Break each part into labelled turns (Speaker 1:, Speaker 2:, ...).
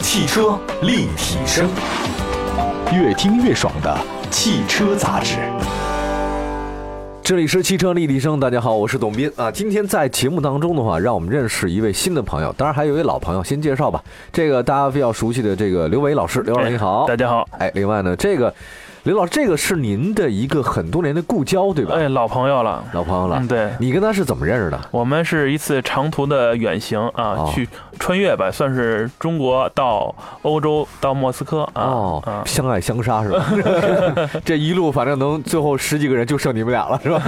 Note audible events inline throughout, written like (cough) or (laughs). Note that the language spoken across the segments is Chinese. Speaker 1: 汽车立体声，越听越爽的汽车杂志。
Speaker 2: 这里是汽车立体声，大家好，我是董斌啊。今天在节目当中的话，让我们认识一位新的朋友，当然还有一位老朋友，先介绍吧。这个大家比较熟悉的这个刘伟老师，刘老师你好。
Speaker 3: 大家好，
Speaker 2: 哎，另外呢，这个刘老师，这个是您的一个很多年的故交，对吧？
Speaker 3: 哎，老朋友了，
Speaker 2: 老朋友了
Speaker 3: 嗯，，对，
Speaker 2: 你跟他是怎么认识的？
Speaker 3: 我们是一次长途的远行啊，
Speaker 2: 哦
Speaker 3: 去穿越吧，算是中国到欧洲到莫斯科啊，
Speaker 2: 哦，
Speaker 3: 啊
Speaker 2: 相爱相杀是
Speaker 3: (laughs)
Speaker 2: 吧？这一路反正能最后十几个人就剩你们俩了是
Speaker 3: (laughs)
Speaker 2: 吧？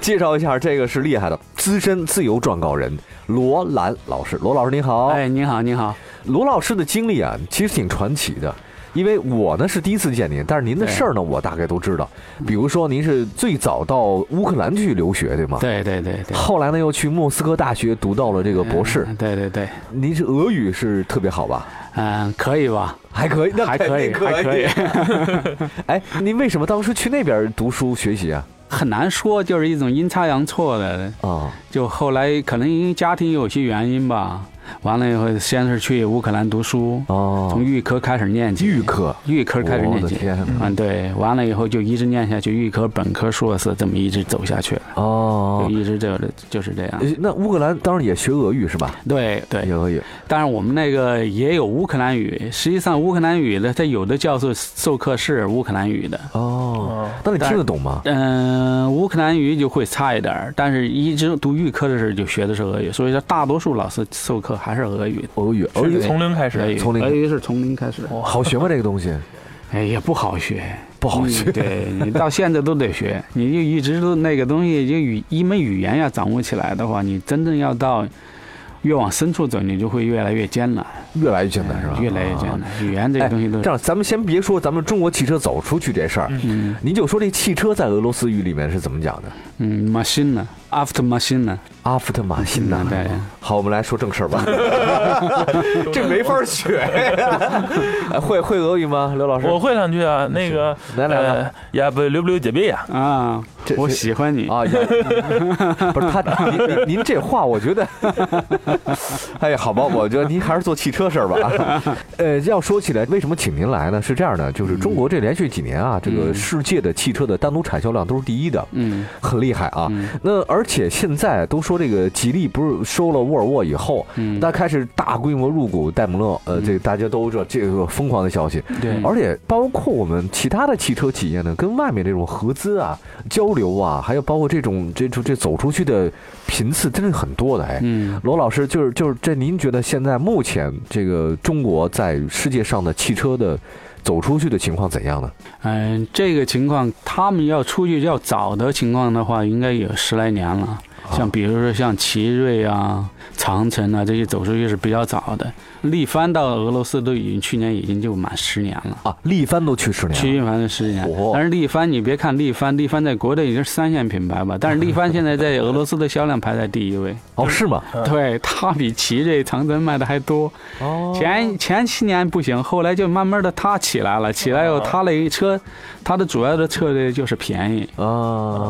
Speaker 2: 介绍一下，这个是厉害的资深自由撰稿人罗兰老师，罗老师您好。
Speaker 4: 哎，你好，你好，
Speaker 2: 罗老师的经历啊，其实挺传奇的。因为我呢是第一次见您，但是您的
Speaker 4: 对
Speaker 2: 事儿呢，我大概都知道。比如说，您是最早到乌克兰去留学，对吗？。
Speaker 4: 对对对对，
Speaker 2: 后来呢，又去莫斯科大学读到了这个博士。
Speaker 4: 嗯对对对，
Speaker 2: 您是俄语是特别好吧？
Speaker 4: 嗯，可以吧？
Speaker 2: 还可以，那
Speaker 4: 还
Speaker 2: 肯
Speaker 4: 可
Speaker 2: 定
Speaker 4: 以，还可以，
Speaker 2: (laughs) 哎，您为什么当时去那边读书学习啊？
Speaker 4: 很难说，就是一种阴差阳错的。
Speaker 2: 啊、
Speaker 4: 就后来可能因为家庭有些原因吧，完了以后先是去乌克兰读书，从
Speaker 2: 哦，
Speaker 4: 预科开始念起，
Speaker 2: 预科，
Speaker 4: 预科嗯开始
Speaker 2: 哦我
Speaker 4: 念
Speaker 2: 的
Speaker 4: 起。
Speaker 2: 天哪，
Speaker 4: 嗯，对，完了以后就一直念下去，预科、本科、硕士，这么一直走下去，就
Speaker 2: 哦，
Speaker 4: 一直这就是这样
Speaker 2: 呃。那乌克兰当然也学俄语是吧？
Speaker 4: 对对
Speaker 2: 学，俄语，
Speaker 4: 当然，我们那个也有乌克兰语。实际上，乌克兰语的，它有的教授授课是乌克兰语的。
Speaker 2: 哦，
Speaker 3: 嗯，
Speaker 2: 那你
Speaker 4: 但
Speaker 2: 听得懂吗？
Speaker 4: 嗯、乌克兰语就会差一点儿，但是一直读预科的时候就学的是俄语，所以说大多数老师授课还是
Speaker 2: (laughs)
Speaker 4: 俄语。
Speaker 2: 俄语，俄
Speaker 3: 是
Speaker 2: 语
Speaker 3: 从零开
Speaker 4: 俄
Speaker 3: 始
Speaker 2: 哎
Speaker 4: 语，，
Speaker 2: 从零
Speaker 4: 俄语是从零开始，
Speaker 2: 好学吗？这个东
Speaker 4: (laughs)
Speaker 2: 西
Speaker 4: 哎，也不好学，
Speaker 2: 不好学
Speaker 4: 嗯。对 (laughs) 你到现在都得学，你就一直都那个东西，就语一门语言要掌握起来的话，你真正要到越往深处走，你就会越来越艰难，
Speaker 2: 越来越艰难是吧？
Speaker 4: 越来越艰
Speaker 2: 啊。
Speaker 4: 难。语言这个
Speaker 2: 哎
Speaker 4: 东西都
Speaker 2: 这
Speaker 4: 是。
Speaker 2: 样，咱们先别说咱们中国汽车走出去这事儿，
Speaker 4: 嗯，
Speaker 2: 您就说这汽车在俄罗斯语里面是怎么讲的？
Speaker 4: 嗯，machine 呢，after machine 啊呢，
Speaker 2: 阿夫特马辛呐
Speaker 4: 嗯，对
Speaker 2: 好，我们来说正事儿
Speaker 4: (laughs)
Speaker 2: 吧，这没法学。
Speaker 4: (laughs)
Speaker 2: 哎会会俄语吗，刘老师？
Speaker 3: 我会两句啊，那个
Speaker 2: 来来来，
Speaker 3: 呃，也不留不留姐妹呀，
Speaker 4: 啊
Speaker 2: 这，
Speaker 4: 我喜欢你，
Speaker 2: 啊，也
Speaker 4: (laughs)
Speaker 2: 不是他，您您您这话，我觉得， (laughs) 哎呀，好吧，我觉得您还是做汽车事儿吧。
Speaker 4: (laughs)
Speaker 2: 呃，要说起来，为什么请您来呢？是这样的，就是中国这连续几年啊，这个
Speaker 4: 嗯
Speaker 2: 世界的汽车的单独产销量都是第一的，
Speaker 4: 嗯
Speaker 2: 很厉害啊。
Speaker 4: 嗯
Speaker 2: 那而且现在都说这个吉利不是收了沃尔沃以后，
Speaker 4: 嗯，
Speaker 2: 那开始大规模入股戴姆勒，呃，这个大家都知道这个疯狂的消息。
Speaker 4: 对
Speaker 2: 而且包括我们其他的汽车企业呢，跟外面这种合资啊、交流啊，还有包括这种这这这走出去的频次，真是很多的哎。
Speaker 4: 嗯，
Speaker 2: 罗老师，就是就是这，您觉得现在目前这个中国在世界上的汽车的走出去的情况怎样呢？
Speaker 4: 嗯，这个情况，他们要出去要找的情况的话，应该有十来年了。
Speaker 2: 啊
Speaker 4: 像比如说像奇瑞啊、长城啊这些走出去是比较早的，力帆到俄罗斯都已经去年已经就满十年了。
Speaker 2: 啊，力帆都去十
Speaker 4: 去
Speaker 2: 年了，
Speaker 4: 运帆是十几
Speaker 2: 嚯
Speaker 4: 年，但是力帆你别看力帆，力帆在国内已经是三线品牌吧，但是力帆现在在俄罗斯的销量排在第
Speaker 2: (laughs)
Speaker 4: 一位，
Speaker 2: 哦，是吗？
Speaker 4: 对，它比奇瑞、长城卖的还多。
Speaker 2: 哦
Speaker 4: 前前七年不行，后来就慢慢的它起来了，起
Speaker 2: 哦
Speaker 4: 来以后它那一车，它的主要的策略就是便宜，
Speaker 2: 啊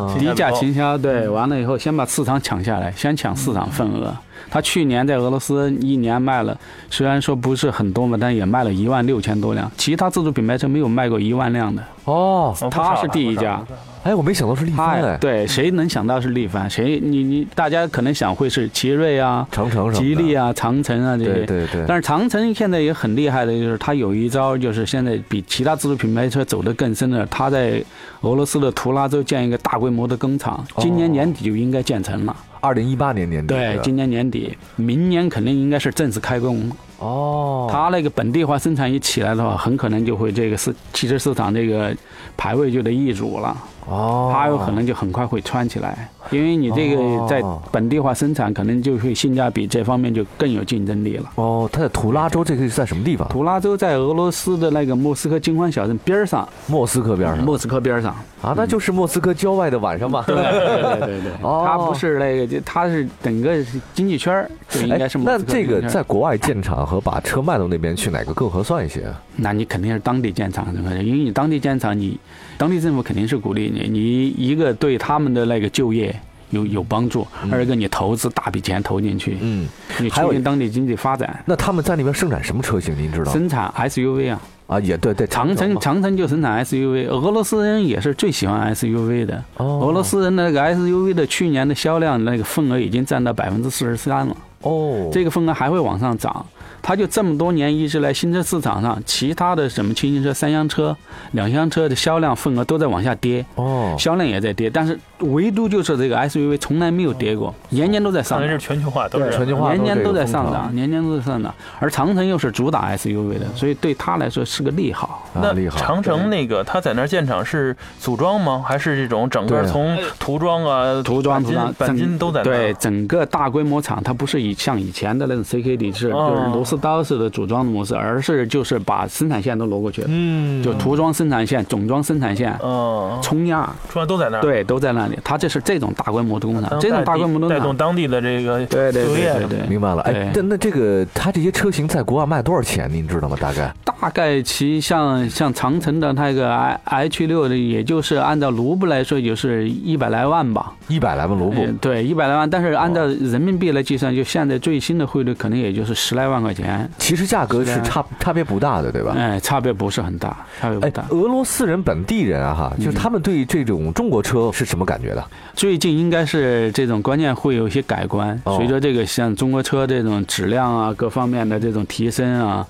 Speaker 3: 嗯
Speaker 4: 低价倾销。对，
Speaker 2: 嗯
Speaker 4: 完了以后先把市场抢下来，先抢市场份额。它去年在俄罗斯一年卖了，虽然说不是很多嘛，但也卖了一万六千多辆，其他自主品牌车没有卖过一万辆的。
Speaker 2: 哦，
Speaker 3: 哦
Speaker 4: 它是第一，家
Speaker 3: 不少了不少了
Speaker 2: 哎，我没想到是力
Speaker 4: 它
Speaker 2: 帆哎，
Speaker 4: 对，谁能想到是力帆？谁你你大家可能想会是奇瑞啊、
Speaker 2: 长城什么的
Speaker 4: 吉利啊、长城啊这
Speaker 2: 对
Speaker 4: 些。
Speaker 2: 对对，
Speaker 4: 但是长城现在也很厉害的，就是它有一招，就是现在比其他自主品牌车走得更深的，它在俄罗斯的图拉州建一个大规模的工厂，
Speaker 2: 哦
Speaker 4: 今年年底就应该建成了。
Speaker 2: 二零一八年年底
Speaker 4: 对，今年年底，明年肯定应该是正式开工。
Speaker 2: 哦，
Speaker 4: 它那个本地化生产一起来的话，很可能就会这个市汽车市场这个排位就得易主了，
Speaker 2: 哦，
Speaker 4: 它有可能就很快会窜起来，因为你这
Speaker 2: 哦
Speaker 4: 个在本地化生产，可能就会性价比这方面就更有竞争力了。
Speaker 2: 哦，它在图拉州这个是在什么地方？
Speaker 4: 图拉州在俄罗斯的那个莫斯科金环小镇边儿上，
Speaker 2: 莫斯科边上
Speaker 4: 莫斯科边
Speaker 2: (laughs)
Speaker 4: 儿上。
Speaker 2: 啊，那就是莫斯科郊外的晚上吧？(laughs)
Speaker 4: 对对对对，
Speaker 2: 哦
Speaker 4: (laughs)
Speaker 2: 哎
Speaker 4: 它不是那个，就它是整个经济圈儿，就应该是莫
Speaker 2: 那
Speaker 4: 斯科
Speaker 2: 这
Speaker 4: 经济
Speaker 2: 个
Speaker 4: 圈儿
Speaker 2: 在国外建厂和把车卖到那边去，哪个更合算一些？啊
Speaker 4: 那你肯定是当地建厂的，因为你当地建厂，你当地政府肯定是鼓励你，你一个对他们的那个就业。有有帮助。二一个你投资大笔钱投进去，
Speaker 2: 嗯，
Speaker 4: 你
Speaker 2: 还有
Speaker 4: 促
Speaker 2: 一
Speaker 4: 进当地经济发展。
Speaker 2: 那他们在那边生产什么车型？您知道吗？
Speaker 4: 生产 SUV 啊，
Speaker 2: 啊，也对对，
Speaker 4: 长城
Speaker 2: 嘛
Speaker 4: 长城就生产 SUV，俄罗斯人也是最喜欢 SUV 的。
Speaker 2: 哦
Speaker 4: 俄罗斯人的那个 SUV 的去年的销量那个份额已经占到百分之四十三了，
Speaker 2: 哦，
Speaker 4: 这个份额还会往上涨。它就这么多年一直来新车市场上，其他的什么轻型车、三厢车、两厢车的销量份额都在往下跌，
Speaker 2: 哦，
Speaker 4: 销量也在跌，但是唯独就是这个 SUV 从来没有跌
Speaker 2: 哦
Speaker 4: 过，年年都在
Speaker 3: 可
Speaker 4: 上
Speaker 3: 能
Speaker 4: 涨
Speaker 3: 是。全球化都
Speaker 2: 对全
Speaker 3: 是。
Speaker 2: 球化
Speaker 4: 年年
Speaker 2: 都
Speaker 4: 都
Speaker 2: 这个
Speaker 4: 在
Speaker 2: 风
Speaker 4: 上
Speaker 2: 潮啊
Speaker 4: 涨，年年都在上涨，而长城又是主打 SUV 的，所以对它来说是个利好。
Speaker 2: 啊
Speaker 3: 那
Speaker 2: 厉害
Speaker 3: 长城那个他在那儿建厂是组装吗？还是这种整个
Speaker 2: 对
Speaker 3: 从涂装啊、
Speaker 4: 涂装、
Speaker 3: 钣
Speaker 4: 涂装
Speaker 3: 金、、钣金
Speaker 4: 整
Speaker 3: 都在那儿
Speaker 4: 对，整个大规模厂，它不是以像以前的那种 CKD 制，
Speaker 3: 哦
Speaker 4: 就是螺丝刀式的组装的模式，而是就是把生产线都挪过去了，
Speaker 2: 嗯，
Speaker 4: 就涂装生产线、总装生产线、
Speaker 3: 嗯，
Speaker 4: 冲压，
Speaker 3: 出来都在那儿。，
Speaker 4: 对，都在那里。它这是这种大规模的工厂，啊这种大规模的
Speaker 3: 嗯带
Speaker 4: 工
Speaker 3: 动
Speaker 4: 厂，
Speaker 3: 当地的这个
Speaker 4: 对对
Speaker 3: 就业什
Speaker 4: 对对
Speaker 3: 么的。
Speaker 4: 对，
Speaker 2: 明白了。哎
Speaker 4: 对，
Speaker 2: 那那这个它这些车型在国外卖多少钱？您知道吗？大概
Speaker 4: 大概其像像长城的那个 I H 六的，也就是按照卢布来说，也就是一百来万吧。
Speaker 2: 一百来万卢布
Speaker 4: 嗯，对，一百来万，但是按照
Speaker 3: 哦
Speaker 4: 人民币来计算，就现在最新的汇率，可能也就是十来万块钱。
Speaker 2: 其实价格
Speaker 4: 是
Speaker 2: 是
Speaker 4: 啊
Speaker 2: 差差别不大的，对吧？
Speaker 4: 哎，差别不是很大，差别不
Speaker 2: 哎
Speaker 4: 大，。嗯
Speaker 2: 俄罗斯人本地人啊，哈，就是他们对这种中国车是什么感觉的？
Speaker 4: 最近应该是这种观念会有一些改观，
Speaker 2: 哦
Speaker 4: 随着这个像中国车这种质量啊各方面的这种提升啊。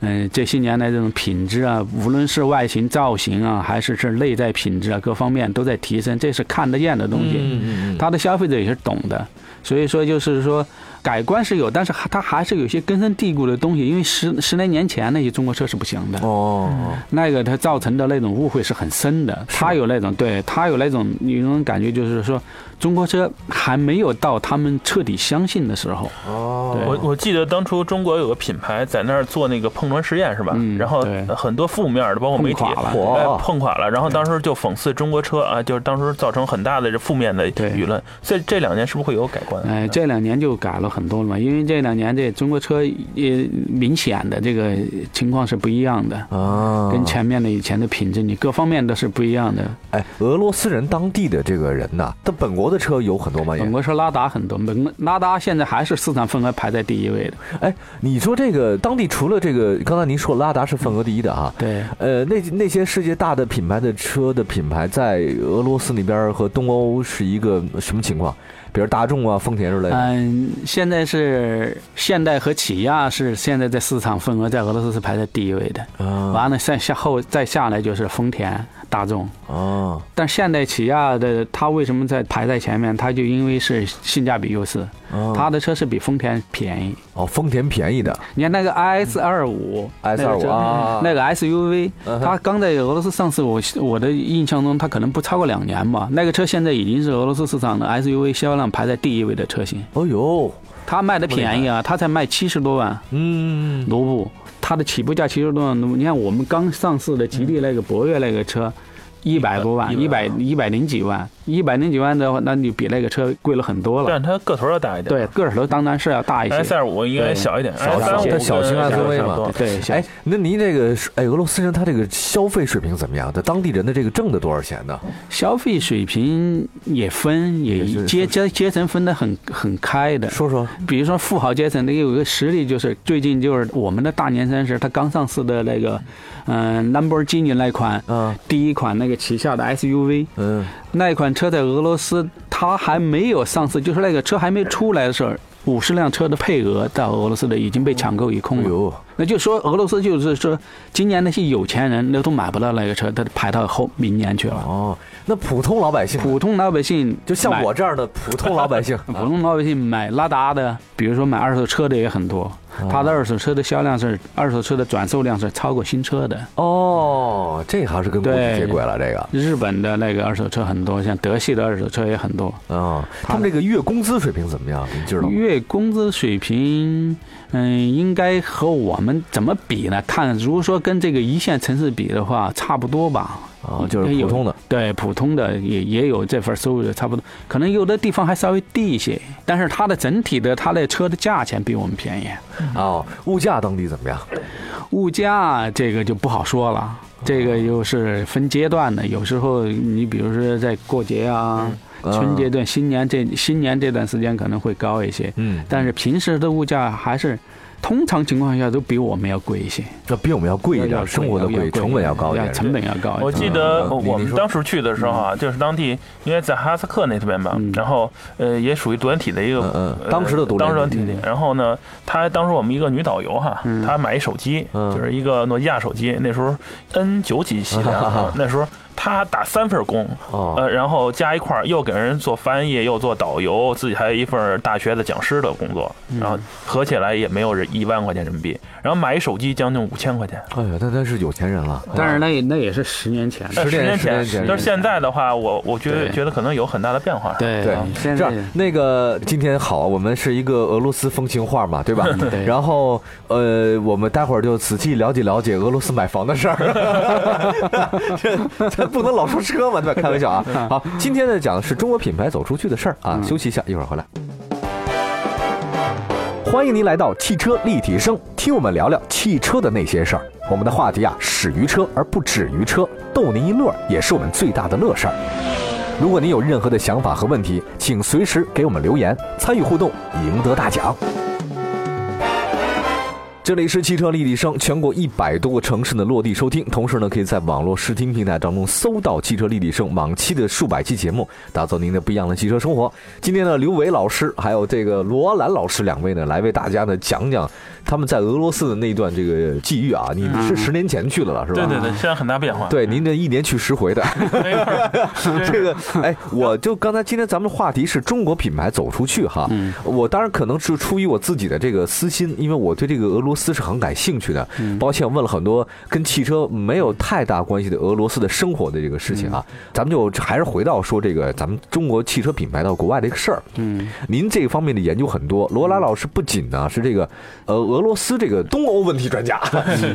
Speaker 4: 嗯，这些年来这种品质啊，无论是外形、造型啊，还是是内在品质啊，各方面都在提升，这是看得见的东西。
Speaker 2: 嗯
Speaker 4: 他的消费者也是懂的，所以说就是说改观是有，但是它还是有些根深蒂固的东西，因为十十来年前那些中国车是不行的。
Speaker 2: 哦，
Speaker 4: 那个它造成的那种误会是很深的，他有那种对他有那种有一种感觉，就是说中国车还没有到他们彻底相信的时候。
Speaker 2: 哦
Speaker 4: 对
Speaker 3: 我我记得当初中国有个品牌在那儿做那个碰撞实验是吧？
Speaker 4: 嗯
Speaker 3: 然后
Speaker 4: 对哦
Speaker 3: 很多负面的，包括媒体
Speaker 4: 碰垮了
Speaker 2: 嚯
Speaker 3: 哎碰垮了，然后当时就讽刺中国车啊，就是当时造成很大的这负面的
Speaker 4: 对
Speaker 3: 舆论。所以这两年是不是会有改观？啊
Speaker 4: 哎，这两年就改了很多了嘛，因为这两年这中国车也明显的这个情况是不一样的，
Speaker 2: 啊，
Speaker 4: 跟前面的以前的品质，你各方面都是不一样的。
Speaker 2: 哎，俄罗斯人当地的这个人呐，他本国的车有很多吗？也
Speaker 4: 本国车拉达很多，本国拉达现在还是市场份额排在第一位的。
Speaker 2: 哎，你说这个当地除了这个，刚才您说拉达是份额第一的啊，
Speaker 4: 对，
Speaker 2: 呃，那那些世界大的品牌的车的品牌，在俄罗斯那边和东欧是一个什么情况？比如大众啊、丰田之类的。
Speaker 4: 嗯，现在是现代和起亚是现在在市场份额在俄罗斯是排在第一位的，
Speaker 2: 啊
Speaker 4: 完了再下后再下来就是丰田、大众。
Speaker 2: 啊
Speaker 4: 但现代起亚的它为什么在排在前面？它就因为是性价比优势，
Speaker 2: 啊！
Speaker 4: 它的车是比丰田便宜。
Speaker 2: 哦，丰田便宜的
Speaker 4: 你看那个 IS 二五
Speaker 2: S 二五啊，
Speaker 4: 那个 SUV，
Speaker 2: 嗯哼
Speaker 4: 它刚在俄罗斯上市，我我的印象中它可能不超过两年吧。那个车现在已经是俄罗斯市场的 SUV 销量排在第一位的车型，
Speaker 2: 哦呦，
Speaker 4: 它卖的便宜啊，它才卖七十多万
Speaker 2: 嗯，
Speaker 4: 卢布，它的起步价七十多万卢布。你看我们刚上市的吉利那个博越那个车。一百多万，一百一百零几万，一百零几万的话，那你比那个车贵了很多了。
Speaker 3: 但它个头要大一点。
Speaker 4: 对，个儿头当然是要大一些。
Speaker 3: S 二五应该小一点
Speaker 4: 小
Speaker 3: ，S 三五
Speaker 4: 它小型
Speaker 2: SUV 嘛
Speaker 4: 对，小
Speaker 2: 哎，那您这个哎，俄罗斯人他这个消费水平怎么样？在当地人的这个挣的多少钱呢？
Speaker 4: 消费水平也分，也
Speaker 2: 也是
Speaker 4: 阶阶阶层分得很很开的。
Speaker 2: 说说
Speaker 4: 比如说富豪阶层，那个有一个实例，就是最近就是我们的大年三十，它刚上市的那个，嗯、兰博基尼那款
Speaker 2: 啊，
Speaker 4: 第一款那个旗下的 SUV，
Speaker 2: 嗯，
Speaker 4: 那一款车在俄罗斯它还没有上市，就是那个车还没出来的时候，五十辆车的配额到俄罗斯的已经被抢购一空
Speaker 2: 哎
Speaker 4: 了。
Speaker 2: 呦，
Speaker 4: 那就说俄罗斯就是说，今年那些有钱人那都买不到那个车，他排到后明年去了。
Speaker 2: 哦，那普通老百姓呢
Speaker 4: 普通老百姓
Speaker 2: 就像
Speaker 4: 买
Speaker 2: 我这样的普通老百姓，
Speaker 4: (laughs) 普通老百姓买拉达的，比如说买二手车的也很多，
Speaker 2: 哦
Speaker 4: 它的二手车的销量是二手车的转售量是超过新车的。
Speaker 2: 哦，这还是跟国际
Speaker 4: 对
Speaker 2: 接轨了，这个啊、
Speaker 4: 日本的那个二手车很多，像德系的二手车也很多。
Speaker 2: 哦他们这个月工资水平怎么样？您知道吗？
Speaker 4: 月工资水平，嗯，应该和我们怎么比呢？看，如果说跟这个一线城市比的话，差不多吧。
Speaker 2: 啊，就是普通的，
Speaker 4: 对，普通的也也有这份收入的，差不多。可能有的地方还稍微低一些，但是它的整体的它的车的价钱比我们便宜。
Speaker 2: 哦，物价当地怎么样？
Speaker 4: 嗯物价这个就不好说
Speaker 2: 哦
Speaker 4: 了，这个又是分阶段的。有时候你比如说在过节啊，
Speaker 2: 啊
Speaker 4: 春节段、新年这新年这段时间可能会高一些，
Speaker 2: 嗯，
Speaker 4: 但是平时的物价还是通常情况下都比我们要贵一些，
Speaker 2: 那比我们要贵一
Speaker 4: 要
Speaker 2: 点，生活的
Speaker 4: 要
Speaker 2: 贵，成本要高一
Speaker 4: 要
Speaker 2: 点。
Speaker 4: 成本要高一点。
Speaker 3: 我记得
Speaker 2: 嗯你
Speaker 3: 我
Speaker 2: 你
Speaker 3: 们
Speaker 2: 说嗯
Speaker 3: 当时去的时候啊，就是当地，因为在哈萨克那边嘛
Speaker 4: 嗯，
Speaker 3: 然后呃也属于独联体的一个
Speaker 2: 嗯嗯
Speaker 3: 呃
Speaker 2: 当时的独联体
Speaker 3: 当时的体
Speaker 4: 嗯
Speaker 3: 然后呢，她当时我们一个女导游哈
Speaker 4: 嗯，
Speaker 3: 她买一手机，
Speaker 2: 嗯
Speaker 3: 就是一个诺基亚手机，那时候 N 九几系列
Speaker 2: (laughs)
Speaker 3: 啊，那时候她打三份工，
Speaker 2: 哦，
Speaker 3: 呃，然后加一块儿又给人做翻译，又做导游，自己还有一份儿大学的讲师的工作，
Speaker 2: 嗯
Speaker 3: 然后合起来也没有一万块钱人民币，然后买一手机将近五千块钱。
Speaker 2: 哎呀，那那是有钱人了。
Speaker 4: 嗯但是那也那也是十年前
Speaker 3: 呃
Speaker 4: 的，
Speaker 2: 十
Speaker 3: 年
Speaker 2: 年前十年前
Speaker 3: 就是现在的话，我我觉得
Speaker 4: 对
Speaker 3: 觉得可能有很大的变化。
Speaker 4: 对嗯
Speaker 2: 对啊
Speaker 4: 现
Speaker 2: 这样
Speaker 4: 在，
Speaker 2: 那个今天好，我们是一个俄罗斯风情画嘛，对吧？
Speaker 4: (laughs) 对
Speaker 2: 然后呃，我们待会儿就仔细了解了解俄罗斯买房的事
Speaker 4: (laughs)
Speaker 2: 儿。这这不能老说车嘛，对吧？开玩笑啊。好，今天呢讲的是中国品牌走出去的事儿啊。
Speaker 4: 嗯
Speaker 2: 休息一下，一会儿回来。欢迎您来到汽车立体声，听我们聊聊汽车的那些事儿。我们的话题啊，始于车而不止于车，逗您一乐儿也是我们最大的乐事儿。如果您有任何的想法和问题，请随时给我们留言，参与互动，赢得大奖。这里是汽车立体声，全国一百多个城市的落地收听，同时呢，可以在网络视听平台当中搜到汽车立体声往期的数百期节目，打造您的不一样的汽车生活。今天呢，刘伟老师还有这个罗兰老师两位呢，来为大家呢讲讲他们在俄罗斯的那段这个际遇啊。你是
Speaker 4: 嗯
Speaker 2: 十年前去了了，是吧？
Speaker 3: 对对对，现在很大变化。
Speaker 2: 对，您这一年去十回的。
Speaker 3: 没
Speaker 2: (laughs)
Speaker 3: 错儿，
Speaker 2: 这个，哎，我就刚才今天咱们话题是中国品牌走出去哈，
Speaker 4: 嗯
Speaker 2: 我当然可能是出于我自己的这个私心，因为我对这个俄罗斯是很感兴趣的，
Speaker 3: 嗯
Speaker 2: 抱歉，问了很多跟汽车没有太大关系的俄罗斯的生活的这个事情啊，
Speaker 3: 嗯
Speaker 2: 咱们就还是回到说这个咱们中国汽车品牌到国外的一个事儿，
Speaker 4: 嗯，
Speaker 2: 您这方面的研究很多，罗拉老师不仅呢是这个呃俄罗斯这个东欧问题专家，
Speaker 4: 嗯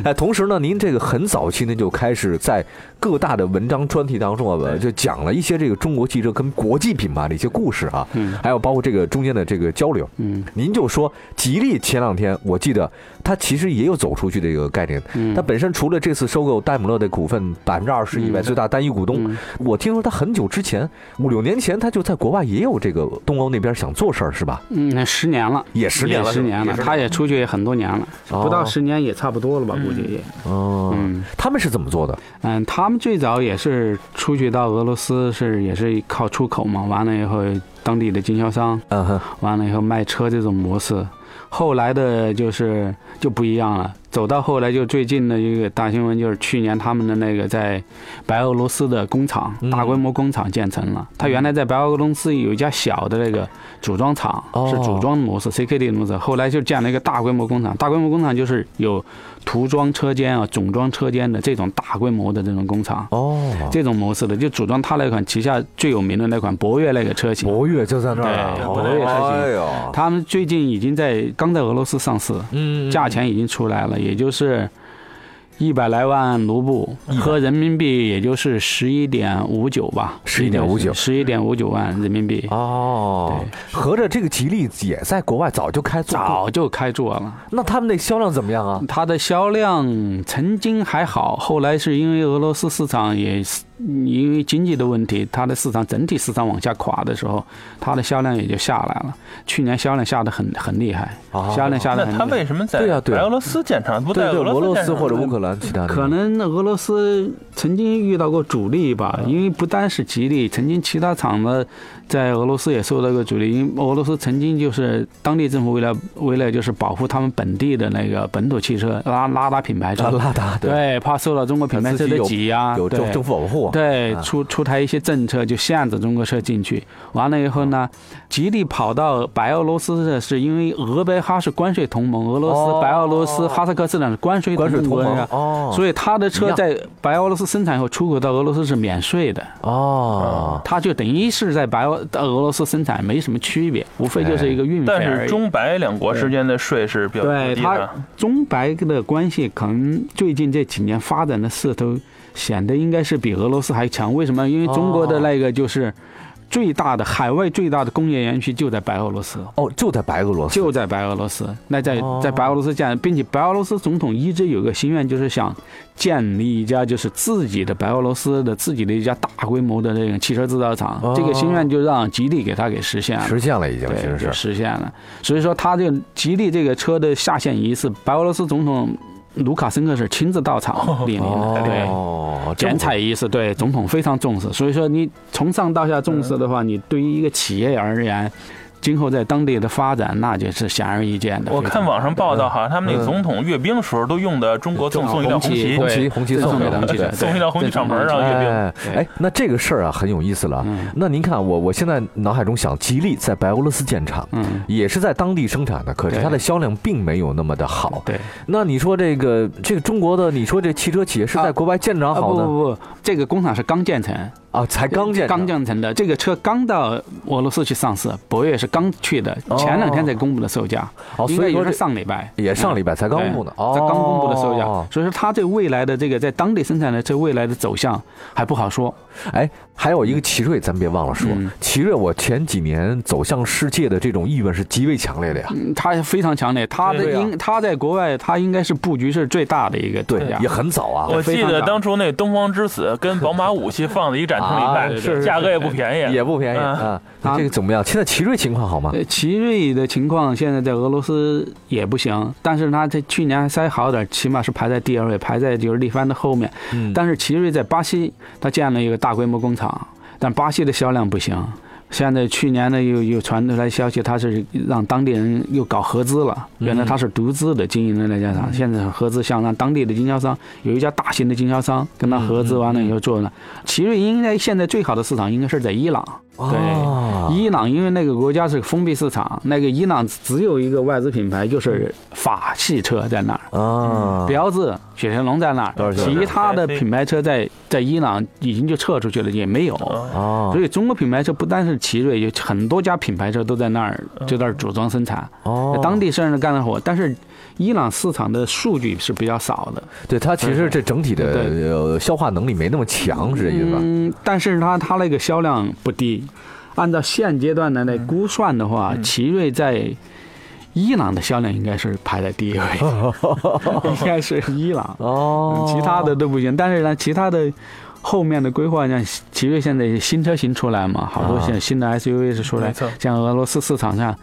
Speaker 2: (laughs) 哎，同时呢，您这个很早期呢就开始在各大的文章专题当中啊，呃就讲了一些这个中国汽车跟国际品牌的一些故事啊，
Speaker 4: 嗯
Speaker 2: 还有包括这个中间的这个交流。
Speaker 4: 嗯
Speaker 2: 您就说吉利前两天，我记得它其实也有走出去的一个概念。
Speaker 4: 嗯
Speaker 2: 它本身除了这次收购戴姆勒的股份百分之二十以外，
Speaker 4: 嗯
Speaker 2: 最大单一股东，
Speaker 4: 嗯
Speaker 2: 我听说它很久之前，五六年前它就在国外也有这个东欧那边想做事儿，是吧？
Speaker 4: 嗯，那十年了。
Speaker 2: 也十年了，
Speaker 4: 也十年了，他也出去也很多年了，
Speaker 2: 哦嗯
Speaker 4: 不到十年也差不多了吧，估计也。
Speaker 2: 哦，
Speaker 4: 嗯
Speaker 2: 他们是怎么做的？
Speaker 4: 嗯，他们最早也是出去到俄罗斯，是也是靠出口嘛，完了以后当地的经销商，
Speaker 2: 嗯哼，
Speaker 4: 完了以后卖车这种模式。后来的就是就不一样了，走到后来就最近的一个大新闻就是去年他们的那个在白俄罗斯的工厂
Speaker 2: 嗯，
Speaker 4: 大规模工厂建成了。他原来在白俄罗斯有一家小的那个组装厂，
Speaker 2: 哦
Speaker 4: 是组装模式 CKD 模式，后来就建了一个大规模工厂。大规模工厂就是有涂装车间啊、总装车间的这种大规模的这种工厂。
Speaker 2: 哦，
Speaker 4: 这种模式的就组装他那款旗下最有名的那款博越那个车型，
Speaker 2: 博越就在那儿啊，
Speaker 4: 对
Speaker 2: 哦
Speaker 4: 博越车型
Speaker 2: 哎呦，
Speaker 4: 他们最近已经在刚在俄罗斯上市，
Speaker 2: 嗯
Speaker 4: 价钱已经出来了，也就是一百来万卢布，合人民币也就是十一点五九吧，
Speaker 2: 11.59
Speaker 4: 十一点五九万人民币，
Speaker 2: 哦，合着这个吉利也在国外早就开做过，
Speaker 4: 早就开做了。
Speaker 2: 那他们那销量怎么样啊？
Speaker 4: 它的销量曾经还好，后来是因为俄罗斯市场也因为经济的问题，它的市场整体市场往下垮的时候，它的销量也就下来了。去年销量下得很很厉害，
Speaker 2: 哦
Speaker 4: 销量下得
Speaker 3: 那
Speaker 4: 很厉
Speaker 3: 他
Speaker 4: 害。
Speaker 3: 为什么在
Speaker 2: 对啊对啊
Speaker 3: 白俄罗斯建厂？不在
Speaker 2: 对对，俄罗
Speaker 3: 建
Speaker 2: 斯
Speaker 3: 厂
Speaker 2: 或者乌克兰其他的
Speaker 4: 可能俄罗斯曾经遇到过阻力吧，
Speaker 2: 嗯
Speaker 4: 因为不单是吉利，曾经其他厂呢在俄罗斯也受到过阻力，因为俄罗斯曾经就是当地政府为了为了就是保护他们本地的那个本土汽车拉拉达品牌车，
Speaker 2: 啊拉达对
Speaker 4: 对，怕受到中国品牌车的挤压，
Speaker 2: 有
Speaker 4: 对
Speaker 2: 政政府保护，
Speaker 4: 对
Speaker 2: 啊，
Speaker 4: 出出台一些政策，就限制中国车进去。完了以后呢，
Speaker 2: 哦
Speaker 4: 吉利跑到白俄罗斯的是因为俄白哈是关税同盟，俄罗
Speaker 2: 哦
Speaker 4: 斯、白俄罗斯、哈萨克斯坦是关税
Speaker 2: 关税同
Speaker 4: 国
Speaker 2: 盟
Speaker 4: 呀。
Speaker 2: 哦
Speaker 4: 所以他的
Speaker 2: 一
Speaker 4: 车
Speaker 2: 样
Speaker 4: 在白俄罗斯生产以后出口到俄罗斯是免税的，
Speaker 2: 哦，
Speaker 4: 它就等于是在白俄俄罗斯生产没什么区别，无
Speaker 2: 哎
Speaker 4: 非就是一个运费
Speaker 3: 但
Speaker 4: 而
Speaker 3: 是
Speaker 4: 已。
Speaker 3: 中白两国之间的税是比较
Speaker 4: 对
Speaker 3: 低
Speaker 4: 它
Speaker 3: 的。
Speaker 4: 中白的关系，可能最近这几年发展的势头显得应该是比俄罗斯还强。为什么？因为中国的那个就是。最大的海外最大的工业园区就在白俄罗斯。
Speaker 2: 哦，就在白俄罗斯，
Speaker 4: 就在白俄罗斯，那在在白俄罗斯建，并且白俄罗斯总统一直有个心愿，就是想建立一家就是自己的白俄罗斯的自己的一家大规模的这种汽车制造厂。这个心愿就让吉利给他给实现了，
Speaker 2: 实现了已经，其
Speaker 4: 对，
Speaker 2: 实。
Speaker 4: 就是实现了。所以说，他这个吉利这个车的下线仪式，白俄罗斯总统卢卡申科是亲自
Speaker 2: (laughs)
Speaker 4: 到场莅临的，对。
Speaker 2: 哦，这么
Speaker 4: 剪彩仪式对总统非常重视，所以说你从上到下重视的话，你对于一个企业而言，今后在当地的发展那就是显而易见的。
Speaker 3: 我看网上报道，好像他们那个总统阅兵时候都用的中国赠送一辆
Speaker 4: 红
Speaker 3: 旗，
Speaker 2: 红
Speaker 4: 对
Speaker 2: 旗红旗送
Speaker 4: 送
Speaker 2: 给
Speaker 4: 给
Speaker 2: 的
Speaker 4: 红旗的，
Speaker 2: 对
Speaker 3: 送一辆红旗敞篷
Speaker 4: 对
Speaker 3: 让阅兵。
Speaker 2: 哎哎，那这个事儿啊很有意思了。
Speaker 4: 嗯
Speaker 2: 那您看，我我现在脑海中想，吉利在白俄罗斯建厂，
Speaker 4: 嗯，
Speaker 2: 也是在当地生产的，可是
Speaker 4: 对
Speaker 2: 它的销量并没有那么的好。
Speaker 4: 对，
Speaker 2: 那你说这个这个中国的，你说这汽车企业是在
Speaker 4: 啊
Speaker 2: 国外建厂
Speaker 4: 啊
Speaker 2: 好
Speaker 4: 不
Speaker 2: 呢？
Speaker 4: 不不，这个工厂是刚建成，
Speaker 2: 啊，才刚建厂，
Speaker 4: 刚建成的，这个车刚到俄罗斯去上市，博越是刚去的，前两天才公布的售价，
Speaker 2: 哦，
Speaker 4: 应
Speaker 2: 所
Speaker 4: 该
Speaker 2: 以
Speaker 4: 也
Speaker 2: 说
Speaker 4: 是
Speaker 2: 这
Speaker 4: 上礼拜，
Speaker 2: 也上礼拜才刚
Speaker 4: 对
Speaker 2: 公布呢，哦，
Speaker 4: 在刚公布的售价，
Speaker 2: 哦
Speaker 4: 所以说它对未来的这个在当地生产的这未来的走向还不好说。
Speaker 2: 哎，还有一个奇瑞，咱别忘了说
Speaker 4: 嗯，
Speaker 2: 奇瑞我前几年走向世界的这种意愿是极为强烈的呀，
Speaker 4: 嗯它非常强烈，它的
Speaker 2: 对啊
Speaker 4: 应它在国外它应该是布局是最大的一个
Speaker 2: 对
Speaker 4: 厂家，
Speaker 2: 也很早啊，
Speaker 3: 我
Speaker 4: 非
Speaker 3: 记
Speaker 4: 常
Speaker 3: 得
Speaker 4: 大
Speaker 3: 当初那东方之死跟宝马五系放在一展厅
Speaker 2: (laughs) 啊
Speaker 3: 里卖，
Speaker 2: 对对对
Speaker 3: 价格也不便宜，
Speaker 2: 也不便宜
Speaker 3: 嗯
Speaker 2: 啊。
Speaker 4: 啊
Speaker 2: 这个怎么样？现在奇瑞情况好吗？
Speaker 4: 呃，奇瑞的情况现在在俄罗斯也不行，但是它在去年还稍微好点，起码是排在第二位，排在就是力帆的后面。
Speaker 2: 嗯
Speaker 4: 但是奇瑞在巴西，它建了一个大规模工厂，但巴西的销量不行。现在去年呢，又又传出来消息，它是让当地人又搞合资了。原来它是独资的经营的那家厂，现在是合资项，让当地的经销商有一家大型的经销商跟他合资完了以后做呢。奇瑞应该现在最好的市场应该是在伊朗。对
Speaker 2: 哦
Speaker 4: 伊朗因为那个国家是个封闭市场，那个伊朗只有一个外资品牌，就是法系车在那儿，
Speaker 2: 啊，
Speaker 4: 标致、雪铁龙在那
Speaker 2: 都
Speaker 4: 儿，
Speaker 2: 是这样
Speaker 4: 其他的品牌车在在伊朗已经就撤出去了，也没有。
Speaker 2: 哦
Speaker 4: 所以中国品牌车不单是奇瑞，有很多家品牌车都在那儿就在那儿组装生产，
Speaker 2: 嗯哦
Speaker 4: 在，当地生意干得火。但是伊朗市场的数据是比较少的，
Speaker 2: 对它其实这整体的
Speaker 4: 对
Speaker 2: 呃消化能力没那么强，是这意思吧？
Speaker 4: 嗯，但是它它那个销量不低，按照现阶段的来估算的
Speaker 2: 嗯
Speaker 4: 话，奇瑞在伊朗的销量应该是排在第一位，
Speaker 2: (laughs)
Speaker 4: 应该是伊朗，
Speaker 2: 哦
Speaker 4: 嗯其他的都不行。但是呢，其他的。后面的规划，像奇瑞现在新车型出来嘛，好
Speaker 2: 啊
Speaker 4: 多像新的 SUV 是出来
Speaker 3: 没错，
Speaker 4: 像俄罗斯市场上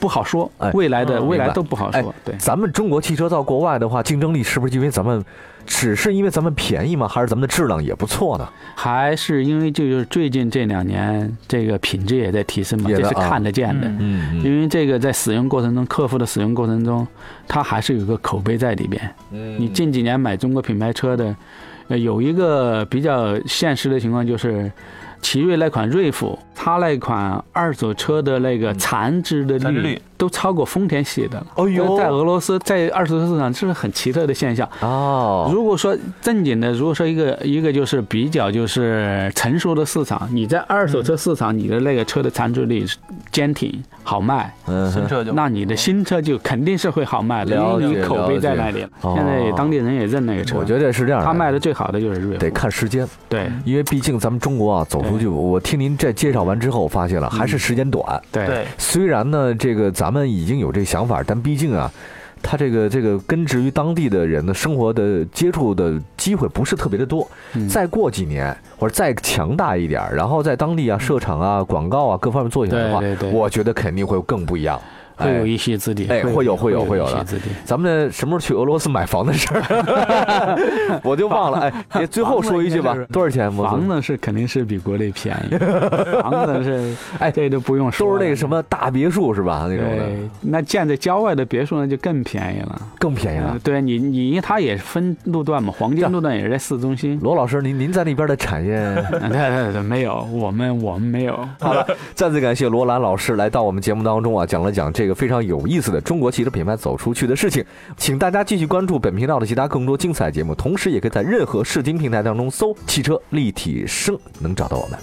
Speaker 4: 不好说
Speaker 2: 哎，
Speaker 4: 未来的
Speaker 3: 嗯
Speaker 4: 未来
Speaker 2: 明白
Speaker 4: 都不好
Speaker 2: 哎
Speaker 4: 说。对，
Speaker 2: 咱们中国汽车到国外的话，竞争力是不是因为咱们只是因为咱们便宜吗？还是咱们的质量也不错呢？
Speaker 4: 还是因为就是最近这两年这个品质也在提升嘛，
Speaker 2: 也
Speaker 4: 这
Speaker 2: 在
Speaker 4: 是
Speaker 2: 啊
Speaker 4: 看得见的。
Speaker 3: 嗯
Speaker 2: 嗯
Speaker 4: 因为这个在使用过程中，客户的使用过程中，它还是有个口碑在里边。
Speaker 2: 嗯
Speaker 4: 你近几年买中国品牌车的，呃，有一个比较现实的情况就是，奇瑞那款瑞虎，它那款二手车的那个残值
Speaker 2: 嗯
Speaker 4: 的
Speaker 3: 残值
Speaker 4: 率
Speaker 3: 率
Speaker 4: 都超过丰田系的了。
Speaker 2: 哎呦
Speaker 4: 在俄罗斯，在二手车市场这是很奇特的现象。
Speaker 2: 哦，
Speaker 4: 如果说正经的，如果说一个一个就是比较就是成熟的市场，你在二手车市场，你的那个车的残值率是坚挺好卖，
Speaker 2: 嗯
Speaker 3: 新
Speaker 2: 哼
Speaker 3: 车就
Speaker 4: 那你的新车就肯定是会好卖的，
Speaker 2: 了
Speaker 4: 因
Speaker 2: 解
Speaker 4: 为你口碑在那里了
Speaker 2: 了解
Speaker 4: 现在当地人也认那个车，
Speaker 2: 我觉得是这样的，
Speaker 4: 他卖的最好的就是瑞虎。
Speaker 2: 得看时间，
Speaker 4: 对
Speaker 2: 因为毕竟咱们中国啊走出去，我听您这介绍完之后，我发现了还
Speaker 4: 嗯
Speaker 2: 是时间短。
Speaker 4: 对
Speaker 3: 对，
Speaker 2: 虽然呢，这个咱们已经有这想法，但毕竟啊，他这个这个根植于当地的人的生活的接触的机会不是特别的多。
Speaker 4: 嗯
Speaker 2: 再过几年或者再强大一点儿，然后在当地啊设厂啊、广告啊各方面做起来的话，
Speaker 4: 对对对
Speaker 2: 我觉得肯定会更不一样。
Speaker 4: 会有
Speaker 2: 哎
Speaker 4: 一席之地，
Speaker 2: 哎会有会有
Speaker 4: 会
Speaker 2: 会有
Speaker 4: 一
Speaker 2: 的
Speaker 4: 席之地。
Speaker 2: 咱们呢什么时候去俄罗斯买房的事儿， (laughs) 我就忘了。哎，也最后说一句吧
Speaker 4: 房子应该，
Speaker 2: 多少钱？摩
Speaker 4: 房
Speaker 2: 子？
Speaker 4: 子是肯定是比国内便宜，
Speaker 2: (laughs)
Speaker 4: 房子是
Speaker 2: 哎
Speaker 4: 这都不用说
Speaker 2: 都
Speaker 4: 了，
Speaker 2: 是那个什么大别墅是吧？那种的
Speaker 4: 对，那建在郊外的别墅那就更便宜了。
Speaker 2: 更便宜了
Speaker 4: 嗯。对你，你因为它也分路段嘛，黄
Speaker 2: 这
Speaker 4: 金
Speaker 2: 样
Speaker 4: 路段也是在市
Speaker 2: (laughs)
Speaker 4: 中心。。
Speaker 2: 罗老师，您您在那边的产业
Speaker 4: 嗯对对对，没有，我们我们没有。
Speaker 2: 好了，再次感谢罗兰老师来到我们节目当中啊，讲了讲这个非常有意思的中国汽车品牌走出去的事情。请大家继续关注本频道的其他更多精彩节目，同时也可以在任何视听平台当中搜“汽车立体声”，能找到我们。